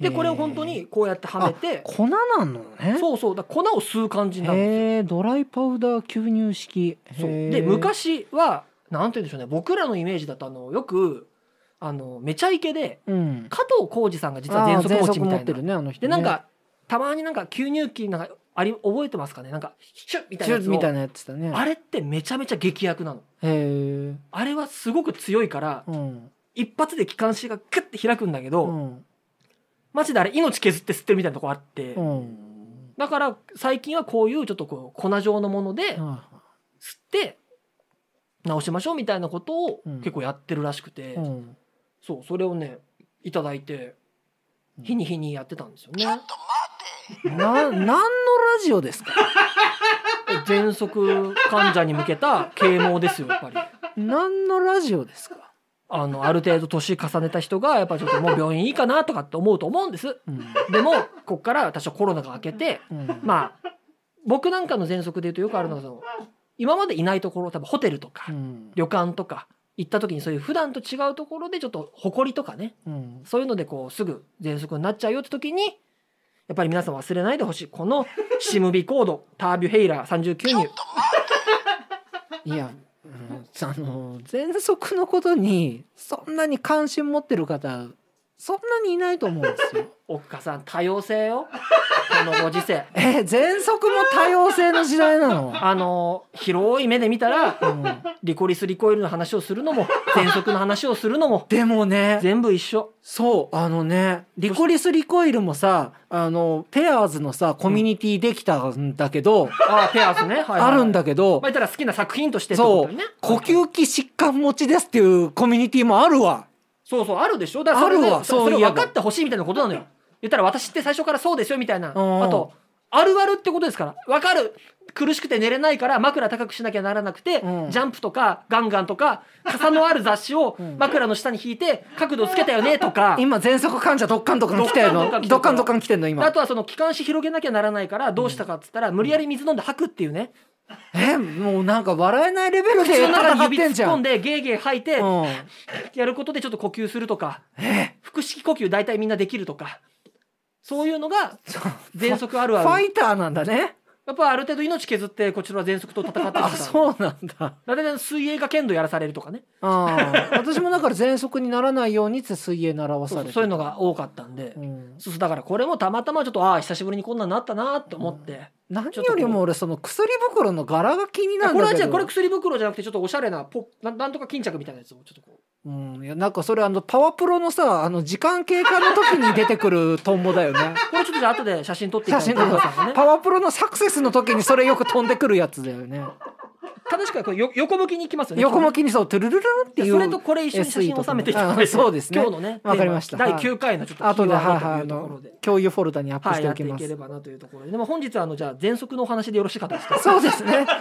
Speaker 2: でこれを本当
Speaker 1: へー
Speaker 2: にこうやってはめて
Speaker 1: 粉なのね。
Speaker 2: そうそうだから粉を吸う感じになるんですよ
Speaker 1: へえドライパウダー吸入式。
Speaker 2: そう
Speaker 1: へー
Speaker 2: で昔はなんて言うんでしょうね僕らのイメージだとあのよくあのめちゃイケで
Speaker 1: うん。
Speaker 2: 加藤浩次さんが実は喘息持ちみた
Speaker 1: っ
Speaker 2: い
Speaker 1: て
Speaker 2: な
Speaker 1: るねあの人
Speaker 2: で
Speaker 1: ね。
Speaker 2: なんかたまになんか吸入器なんかあり覚えてますかねなんかシュッみたい
Speaker 1: チ
Speaker 2: な
Speaker 1: ュ
Speaker 2: やつ
Speaker 1: ッ
Speaker 2: を
Speaker 1: みたいなやつだね。
Speaker 2: あれってめちゃめちゃ劇薬なの
Speaker 1: へえ。
Speaker 2: あれはすごく強いから
Speaker 1: うん。
Speaker 2: 一発で気管支がクッて開くんだけど、
Speaker 1: うん。
Speaker 2: マジであれ命削って吸ってるみたいなとこあって、
Speaker 1: うん。
Speaker 2: だから最近はこういうちょっとこう粉状のもので吸
Speaker 1: あ
Speaker 2: って直しましょうみたいなことを結構やってるらしくて、
Speaker 1: うん。
Speaker 2: そうそれをねいただいて
Speaker 1: うん
Speaker 2: 日に日にやってたんですよね。
Speaker 1: な何のラジオですか。
Speaker 2: 喘息患者に向けた啓蒙ですよやっぱり。
Speaker 1: 何のラジオですか。
Speaker 2: あのある程度年重ねた人がやっぱちょっともう病院いいかなとかって思うと思うんです。
Speaker 1: うん。
Speaker 2: でもこっから私はコロナが明けて
Speaker 1: うん
Speaker 2: まあ僕なんかの喘息で言うとよくあるのがその今までいないところ多分ホテルとか
Speaker 1: うん
Speaker 2: 旅館とか行った時にそういう普段と違うところでちょっと埃とかね
Speaker 1: うん
Speaker 2: そういうのでこうすぐ喘息になっちゃうよって時にやっぱり皆さん忘れないでほしいこのシムビコードタービュヘイラー39乳
Speaker 1: いや、うんあの喘息のことにそんなに関心持ってる方そんなにいないと思うんです よ。
Speaker 2: おっかさん多様性よこのご時世
Speaker 1: え喘息も多様性の時代な の。
Speaker 2: あの広い目で見たら
Speaker 1: うん
Speaker 2: リコリスリコイルの話をするのも喘息の話をするのも
Speaker 1: でもね
Speaker 2: 全部一緒
Speaker 1: そうあのねリコリス・リコイルもさあのペアーズのさコミュニティできたんだけど、
Speaker 2: ああペアーズ ね、はいはいはい
Speaker 1: あるんだけど、
Speaker 2: まあ、言ったら好きな作品としてってこと
Speaker 1: そ
Speaker 2: だ
Speaker 1: う
Speaker 2: よね
Speaker 1: 呼吸器疾患持ちですっていうコミュニティもあるわ。
Speaker 2: そうそうあるでしょだからそれ,、
Speaker 1: あるわ
Speaker 2: それ
Speaker 1: そう
Speaker 2: を
Speaker 1: いえば
Speaker 2: 分かってほしいみたいなことなのよ言ったら私って最初からそうですよみたいなあ
Speaker 1: うん
Speaker 2: とあるあるってことですから分かる苦しくて寝れないから枕高くしなきゃならなくて、
Speaker 1: うん
Speaker 2: ジャンプとかガンガンとか傘のある雑誌を
Speaker 1: うん
Speaker 2: 枕の下に引いて角度つけたよねとか、
Speaker 1: 今喘息患者ドッカンドッカン来てるのドッカ
Speaker 2: ドッカ
Speaker 1: ンド
Speaker 2: ンド
Speaker 1: ッ
Speaker 2: ッ
Speaker 1: カ
Speaker 2: カ
Speaker 1: ン来てるの今
Speaker 2: あとはその気管支広げなきゃならないからどうしたかっつったら、無理やり水飲んで吐くっていうね
Speaker 1: えもうなんか笑えないレベルで
Speaker 2: 口の中に
Speaker 1: 戦っ
Speaker 2: 指
Speaker 1: てんじ
Speaker 2: 突っ
Speaker 1: ゃ
Speaker 2: 込
Speaker 1: ん
Speaker 2: んでゲーゲー吐いて、
Speaker 1: うん、
Speaker 2: やることでちょっと呼吸するとか、腹式呼吸大体みんなできるとかそういうのが喘息ある
Speaker 1: フ
Speaker 2: あ
Speaker 1: ァ
Speaker 2: る
Speaker 1: イターなんだね
Speaker 2: やっぱある程度命削ってこちらは喘息と戦ってき た
Speaker 1: あ
Speaker 2: う
Speaker 1: そうなんだ
Speaker 2: 大体水泳か剣道やらされるとかね
Speaker 1: あー私もだから喘息にならないようにって水泳習わ
Speaker 2: そ
Speaker 1: さ
Speaker 2: う
Speaker 1: れて
Speaker 2: そうそういうのが多かったんで、
Speaker 1: うん
Speaker 2: そうそうだからこれもたまたまちょっとああ久しぶりにこんなんなったなって思って、
Speaker 1: 何よりも俺その薬袋の柄が気になるん
Speaker 2: これ
Speaker 1: だ
Speaker 2: は
Speaker 1: け
Speaker 2: じゃ
Speaker 1: ど
Speaker 2: あこれ薬袋じゃなくてちょっとおしゃれなポッななんとか巾着みたいなやつをちょっとこ
Speaker 1: うん、いやなんかそれあのパワプロのさあの時間経過の時に出てくるトンボだよね
Speaker 2: うこれちょっとじゃあ後で写真撮ってい
Speaker 1: 写真と
Speaker 2: てください
Speaker 1: か
Speaker 2: ね
Speaker 1: パワプロのサクセスの時にそれよく飛んでくるやつだよね
Speaker 2: 正しくはこれよ横向きに行きますよね
Speaker 1: 横向きにそうトゥルルルンっていう
Speaker 2: それとこれ一緒に写真収めていた
Speaker 1: SE と
Speaker 2: だい
Speaker 1: かねあそうですね
Speaker 2: 今日のね
Speaker 1: わかりました
Speaker 2: テーマ第9回のちょっと
Speaker 1: あとで
Speaker 2: キーワ
Speaker 1: はい
Speaker 2: ード
Speaker 1: はいあの
Speaker 2: というところで
Speaker 1: 共有フォルダにアップ
Speaker 2: は
Speaker 1: し
Speaker 2: い
Speaker 1: て
Speaker 2: や
Speaker 1: お
Speaker 2: って
Speaker 1: き
Speaker 2: い
Speaker 1: ま
Speaker 2: け
Speaker 1: す
Speaker 2: ればなというところででも本日はあのじゃあ喘息のお話でよろしかったですか
Speaker 1: そうですね。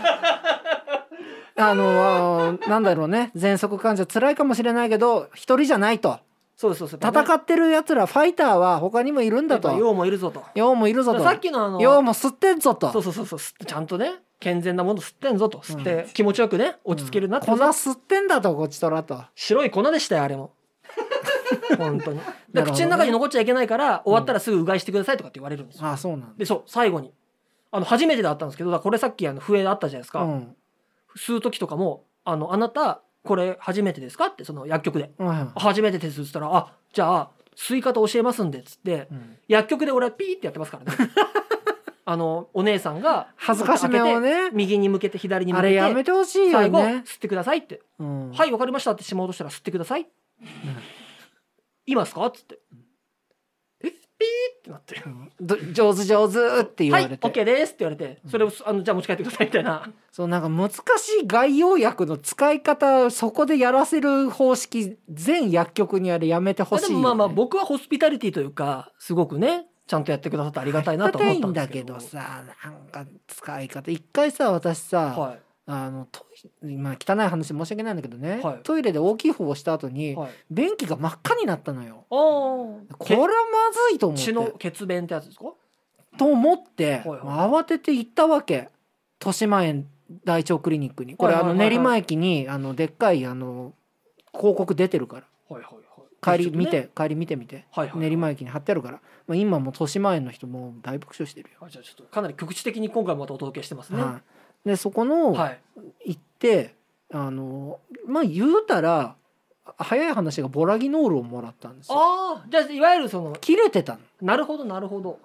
Speaker 1: あの、あーなんだろうね、喘息患者辛いかもしれないけど、一人じゃないと。
Speaker 2: そうですそうです
Speaker 1: 戦ってる奴ら、ファイターは他にもいるんだと。
Speaker 2: ようもいるぞと
Speaker 1: ようもいるぞと。
Speaker 2: さっきのあの
Speaker 1: ようも吸ってんぞ
Speaker 2: そ
Speaker 1: と。
Speaker 2: うそうそうそう吸ってちゃんとね健全なもの吸ってんぞと吸って気持ちよくね落ち着けるなって
Speaker 1: 粉吸ってんだと、こっちとらと。
Speaker 2: 白い粉でしたよあ れも本当に
Speaker 1: なる
Speaker 2: で
Speaker 1: ほどね
Speaker 2: 口の中に残っちゃいけないから終わったらすぐうがいしてくださいとかって言われるんですよ
Speaker 1: あ、そうなんだ。
Speaker 2: でそう最後にあの初めてであったんですけどだからこれさっきあの笛あったじゃないですか、
Speaker 1: うん。
Speaker 2: 吸う時とかも「あのあなたこれ初めてですか?」ってその薬局で
Speaker 1: うん
Speaker 2: 「初めてです」っつったら「あじゃあ吸い方教えますんで」っつって、
Speaker 1: うん
Speaker 2: 薬局で俺はピーってやってますからね あのお姉さんが
Speaker 1: 恥ずかしめをね
Speaker 2: 開けて右に向けて左に向
Speaker 1: あ
Speaker 2: け
Speaker 1: れ
Speaker 2: て
Speaker 1: やめてほしいよ
Speaker 2: 最後
Speaker 1: ね。
Speaker 2: 吸ってくださいって「
Speaker 1: うん
Speaker 2: はいわかりました」ってしまおうとしたら吸ってください今ですか?」っつって「えピーってなって
Speaker 1: ど上手上手って
Speaker 2: 「
Speaker 1: 言
Speaker 2: は
Speaker 1: わ
Speaker 2: い
Speaker 1: れ
Speaker 2: OK
Speaker 1: て。
Speaker 2: です」って言われてそれをあのじゃあ持ち帰ってくださいみたいな。
Speaker 1: そう、なんか難しい概要薬の使い方、そこでやらせる方式、全薬局にあれやめてほしいよね。
Speaker 2: でもまあまあ僕はホスピタリティというかすごくねちゃんとやってくださってありがたいなと思
Speaker 1: 硬
Speaker 2: っ
Speaker 1: い
Speaker 2: たん
Speaker 1: ん
Speaker 2: です
Speaker 1: だ
Speaker 2: け
Speaker 1: け
Speaker 2: ど
Speaker 1: どさなんか使い方一回さ私さ、
Speaker 2: は
Speaker 1: あのトイまあ汚い話申し訳ないんだけどね、
Speaker 2: はい
Speaker 1: トイレで大きい方をした後
Speaker 2: い
Speaker 1: に、
Speaker 2: はい
Speaker 1: 便器が真っ赤になったのよ
Speaker 2: ああ
Speaker 1: これはまずいと思
Speaker 2: 血の
Speaker 1: って
Speaker 2: 血便ってやつですか
Speaker 1: と思って、
Speaker 2: はいはい
Speaker 1: まあ慌てて行ったわけ豊島園大腸クリニックにこれ、
Speaker 2: はいはいはいは
Speaker 1: あ
Speaker 2: い
Speaker 1: の練馬駅にあのでっかいあの広告出てるから
Speaker 2: はいはいはい
Speaker 1: 帰り見て、
Speaker 2: ね
Speaker 1: 帰り見てみて
Speaker 2: はいはいはい
Speaker 1: 練馬駅に貼ってあるから、まあ、今もう豊島園の人もう大爆笑してるよ、
Speaker 2: あじゃあちょっとかなり局地的に今回またお届けしてますねは
Speaker 1: はい、でそこ
Speaker 2: い
Speaker 1: の
Speaker 2: はい
Speaker 1: 行ってあのまあ言うたら早い話がボラギノールをもらったんですよ
Speaker 2: ああじゃあいわゆるその
Speaker 1: 切れてたの
Speaker 2: なるほどなるほど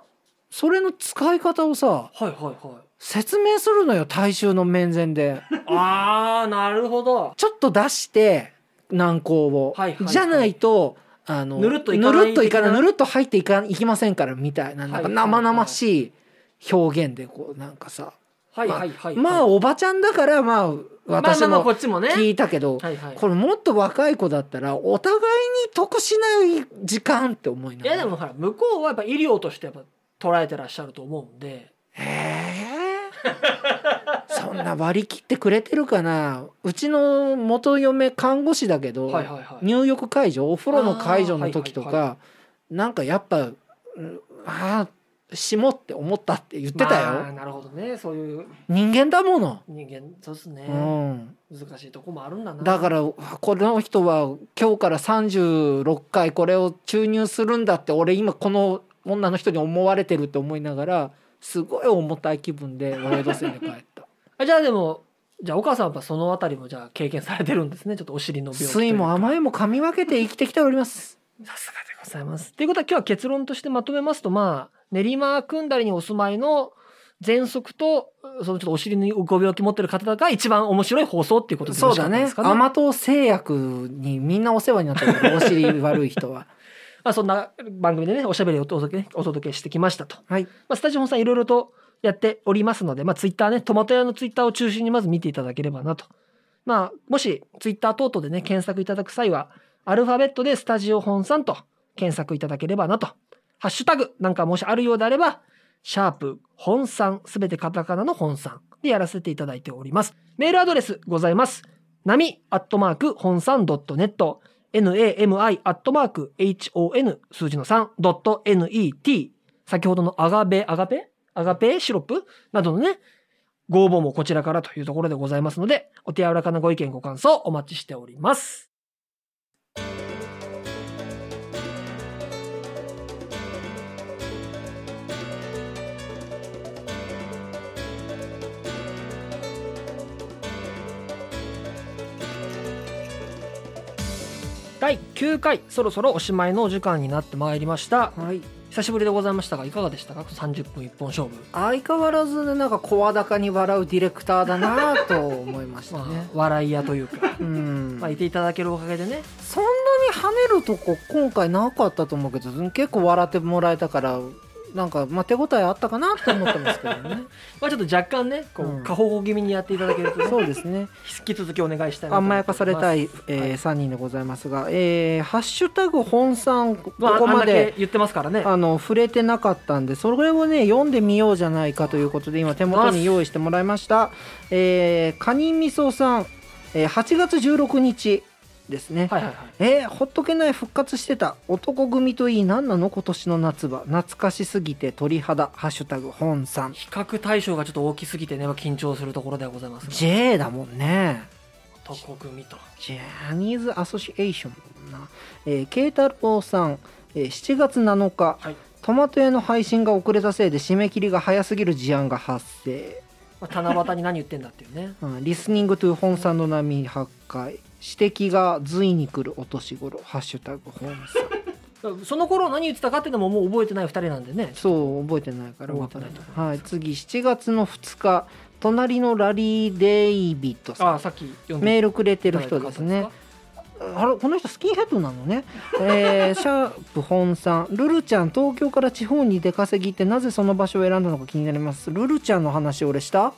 Speaker 1: それの使い方をさ
Speaker 2: はいはいは
Speaker 1: 説明するのよ大衆の面前で
Speaker 2: いああなるほど
Speaker 1: ちょっと出して軟膏を、
Speaker 2: はいはいはい
Speaker 1: じゃないとあの
Speaker 2: ぬるっといかない
Speaker 1: ぬるっといかない
Speaker 2: 的な
Speaker 1: ぬるっと入っていかいきませんからみたいななんか
Speaker 2: はいはいは
Speaker 1: 生
Speaker 2: い
Speaker 1: 々しい表現でこうなんかさ、
Speaker 2: はいはいはい
Speaker 1: まあおばちゃんだからまあ
Speaker 2: まあまあ
Speaker 1: 私
Speaker 2: まあこ
Speaker 1: も
Speaker 2: っちもね
Speaker 1: 聞いたけど、
Speaker 2: はいはい
Speaker 1: これもっと若い子だったらお互いに得しない時間って思いない
Speaker 2: やでもほら向こうはやっぱ医療としてやっぱ捉えてらっしゃると思うんで
Speaker 1: えーそんな割り切ってくれてるかなうちの元嫁看護師だけど、
Speaker 2: はいはいはい
Speaker 1: 入浴介助お風呂の介助の時と
Speaker 2: あーはい
Speaker 1: かなんかやっぱ「うんああしも」って思ったって言ってたよ、
Speaker 2: まあなるほどねそういう
Speaker 1: 人間だもの、
Speaker 2: 人間そうですね
Speaker 1: うん、
Speaker 2: 難しいとこもあるんだな
Speaker 1: だからこの人は今日から36回これを注入するんだって俺今この女の人に思われてるって思いながらすごい重たい気分でロード線で帰 った。
Speaker 2: あじゃあでもじゃあお母さんはやっぱそのあたりもじゃあ経験されてるんですねちょっとお尻の病気とい
Speaker 1: 酸
Speaker 2: う
Speaker 1: いも
Speaker 2: か
Speaker 1: 甘いも噛み分けて生きてきております。
Speaker 2: さすがでございます。ということは今日は結論としてまとめますと、まあ、練馬区んだりにお住まいの喘息と、そのちょっとお尻にご病気持ってる方が一番面白い放送っていうことでよ
Speaker 1: そ
Speaker 2: ろ
Speaker 1: う
Speaker 2: し
Speaker 1: だ
Speaker 2: かったで
Speaker 1: ね
Speaker 2: す。かね。
Speaker 1: 甘党製薬にみんなお世話になってるからお尻悪い 人は。
Speaker 2: まあ、そんな番組でね、おしゃべりをお届けお届けしてきましたと。
Speaker 1: はい。
Speaker 2: まあ、スタジオ本さんいろいろとやっておりますので、まあ、ツイッターね、トマト屋のツイッターを中心にまず見ていただければなと。まあ、もしツイッター等々でね、検索いただく際は、アルファベットでスタジオ本さんと検索いただければなと。ハッシュタグなんかもしあるようであれば、シャープ本さん、すべてカタカナの本さんでやらせていただいております。メールアドレスございます。なみ、アットマーク、本さん .net、nami、アットマーク、hon、数字の3、.net、先ほどのアガベ、アガペアガペシロップなどのね、ご応募もこちらからというところでございますので、お手柔らかなご意見、ご感想お待ちしております。第9回、そろそろおしまいのお時間になってまいりました。
Speaker 1: はい。
Speaker 2: 久しぶりでございましたがいかがでしたか30分一本勝負、
Speaker 1: 相変わらずねなんか声高に笑うディレクターだなと思いました
Speaker 2: まあ。
Speaker 1: ね
Speaker 2: 笑い屋というか
Speaker 1: うん。
Speaker 2: まあいていただけるおかげでね
Speaker 1: そんなに跳ねるとこ今回なかったと思うけど結構笑ってもらえたからなんか、まあ、手応えあったかなと思ってますけど ね
Speaker 2: まあちょっと若干ねこ
Speaker 1: う
Speaker 2: うん過保護気味にやっていただけると、ね、
Speaker 1: そうですね
Speaker 2: 引き続きお願いしたいなと思
Speaker 1: 甘
Speaker 2: い
Speaker 1: や
Speaker 2: ます
Speaker 1: かされた
Speaker 2: い
Speaker 1: い、えー3人でございますが「えーハッシュタグ本さん」こ
Speaker 2: まあ、
Speaker 1: こ
Speaker 2: あん
Speaker 1: ま
Speaker 2: だけ
Speaker 1: で。
Speaker 2: 言ってますからね
Speaker 1: あの触れてなかったんでそれをね読んでみようじゃないかということで今手元に用意してもらいました、えー、カニみそさん、えー8月16日ですね、
Speaker 2: はいはいはい
Speaker 1: えー、ほっとけない復活してた男組といい何なの今年の夏場懐かしすぎて鳥肌ハッシュタグ本さん
Speaker 2: 比較対象がちょっと大きすぎてねまあ緊張するところではございますが
Speaker 1: J だもんね
Speaker 2: 男組と
Speaker 1: ジャニーズアソシエーションだもんな、えー、慶太郎さん、えー7月7日、
Speaker 2: はい
Speaker 1: トマト屋の配信が遅れたせいで締め切りが早すぎる事案が発生、
Speaker 2: まあ、七夕に何言ってんだっていうね
Speaker 1: うんリスニングトゥ本さんの波破壊指摘が随に来るお年頃ハッシュタグ 本さん
Speaker 2: その頃何言ってたかっていうのももう覚えてない二人なんでね
Speaker 1: そう覚えてないから
Speaker 2: 覚えてないと思います
Speaker 1: はい、次7月の2日隣のラリー・デイビッドさん
Speaker 2: ああさっき読ん
Speaker 1: メ
Speaker 2: で
Speaker 1: ールくれて
Speaker 2: いた
Speaker 1: る
Speaker 2: だいた
Speaker 1: 人で
Speaker 2: 方ですす
Speaker 1: ね
Speaker 2: か
Speaker 1: あれこの人スキンヘッドなのね、えーシャープ本さんルルちゃん東京から地方に出稼ぎってなぜその場所を選んだのか気になりますルルちゃんの話俺した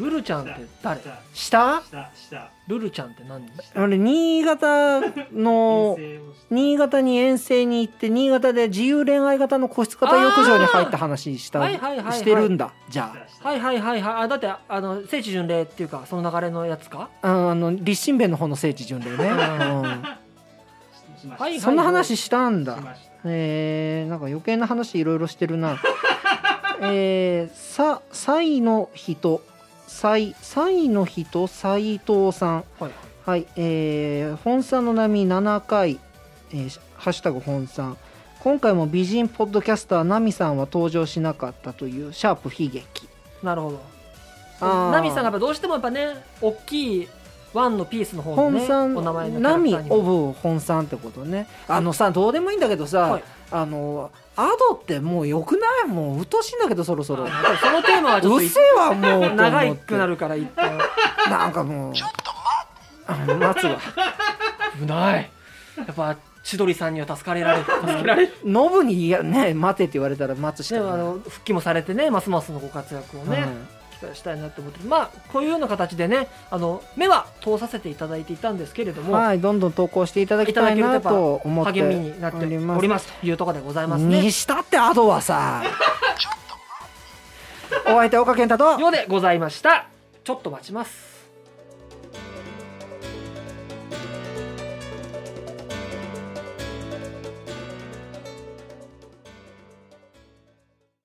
Speaker 2: ルルちゃんって誰
Speaker 1: 下
Speaker 3: 下下
Speaker 2: ルルちゃんって何
Speaker 1: あれ新潟の
Speaker 3: 編成をして
Speaker 1: 新潟に遠征に行って新潟で自由恋愛型の個室型浴場に入った話した
Speaker 2: はいはいはいはい
Speaker 1: してるんだじゃ
Speaker 3: 下下
Speaker 2: はいはいはいはいあだってあの聖地巡礼っていうかその流れのやつか
Speaker 1: あああの立身弁の方の聖地巡礼ね、
Speaker 3: しました
Speaker 2: はい
Speaker 1: うん、そんな話したんだ
Speaker 3: しました
Speaker 1: えー、なんか余計な話いろいろしてるな えー、さ「サイの人」サイ「サイの人」斎藤さん
Speaker 2: はいはい
Speaker 1: はいえー、本さんの波7回、えーハッシュタグ本さん今回も美人ポッドキャスターナミさんは登場しなかったというシャープ悲劇
Speaker 2: なるほど
Speaker 1: あー
Speaker 2: ナミさんがやっぱどうしてもやっぱね大きいワンのピースの方の
Speaker 1: 本
Speaker 2: ね
Speaker 1: さ
Speaker 2: お名前の
Speaker 1: ん
Speaker 2: キャラ
Speaker 1: ナ
Speaker 2: ク
Speaker 1: ミ
Speaker 2: ターに
Speaker 1: オ
Speaker 2: も
Speaker 1: ブ本さんってことねあのさどうでもいいんだけどさ、
Speaker 2: はい
Speaker 1: あのアドってもうよくないもううとしいんだけどそろそろ
Speaker 2: あやっぱりそのテーマはちょっ
Speaker 1: う
Speaker 2: と
Speaker 1: っ
Speaker 2: 一
Speaker 1: せえわもうと思って
Speaker 2: 長いくなるから一旦
Speaker 1: なんかもうちょっと待って待つわ
Speaker 2: 危ないやっぱ千鳥さんには助かれられ る助けられる
Speaker 1: ノブにいやね待てって言われたら待つし
Speaker 2: で
Speaker 1: か
Speaker 2: もあ
Speaker 1: ない
Speaker 2: の復帰もされてねますますのご活躍をね、
Speaker 1: はい
Speaker 2: 期待したいなと思ってまあこういうような形でねあの目は通させていただいていたんですけれども、
Speaker 1: はい、どんどん投稿していただきたいなと思って
Speaker 2: 励みになっておりますというところでございますね
Speaker 1: に。したってアドはさ お相手岡健太と
Speaker 2: ようでございました。ちょっと待ちます。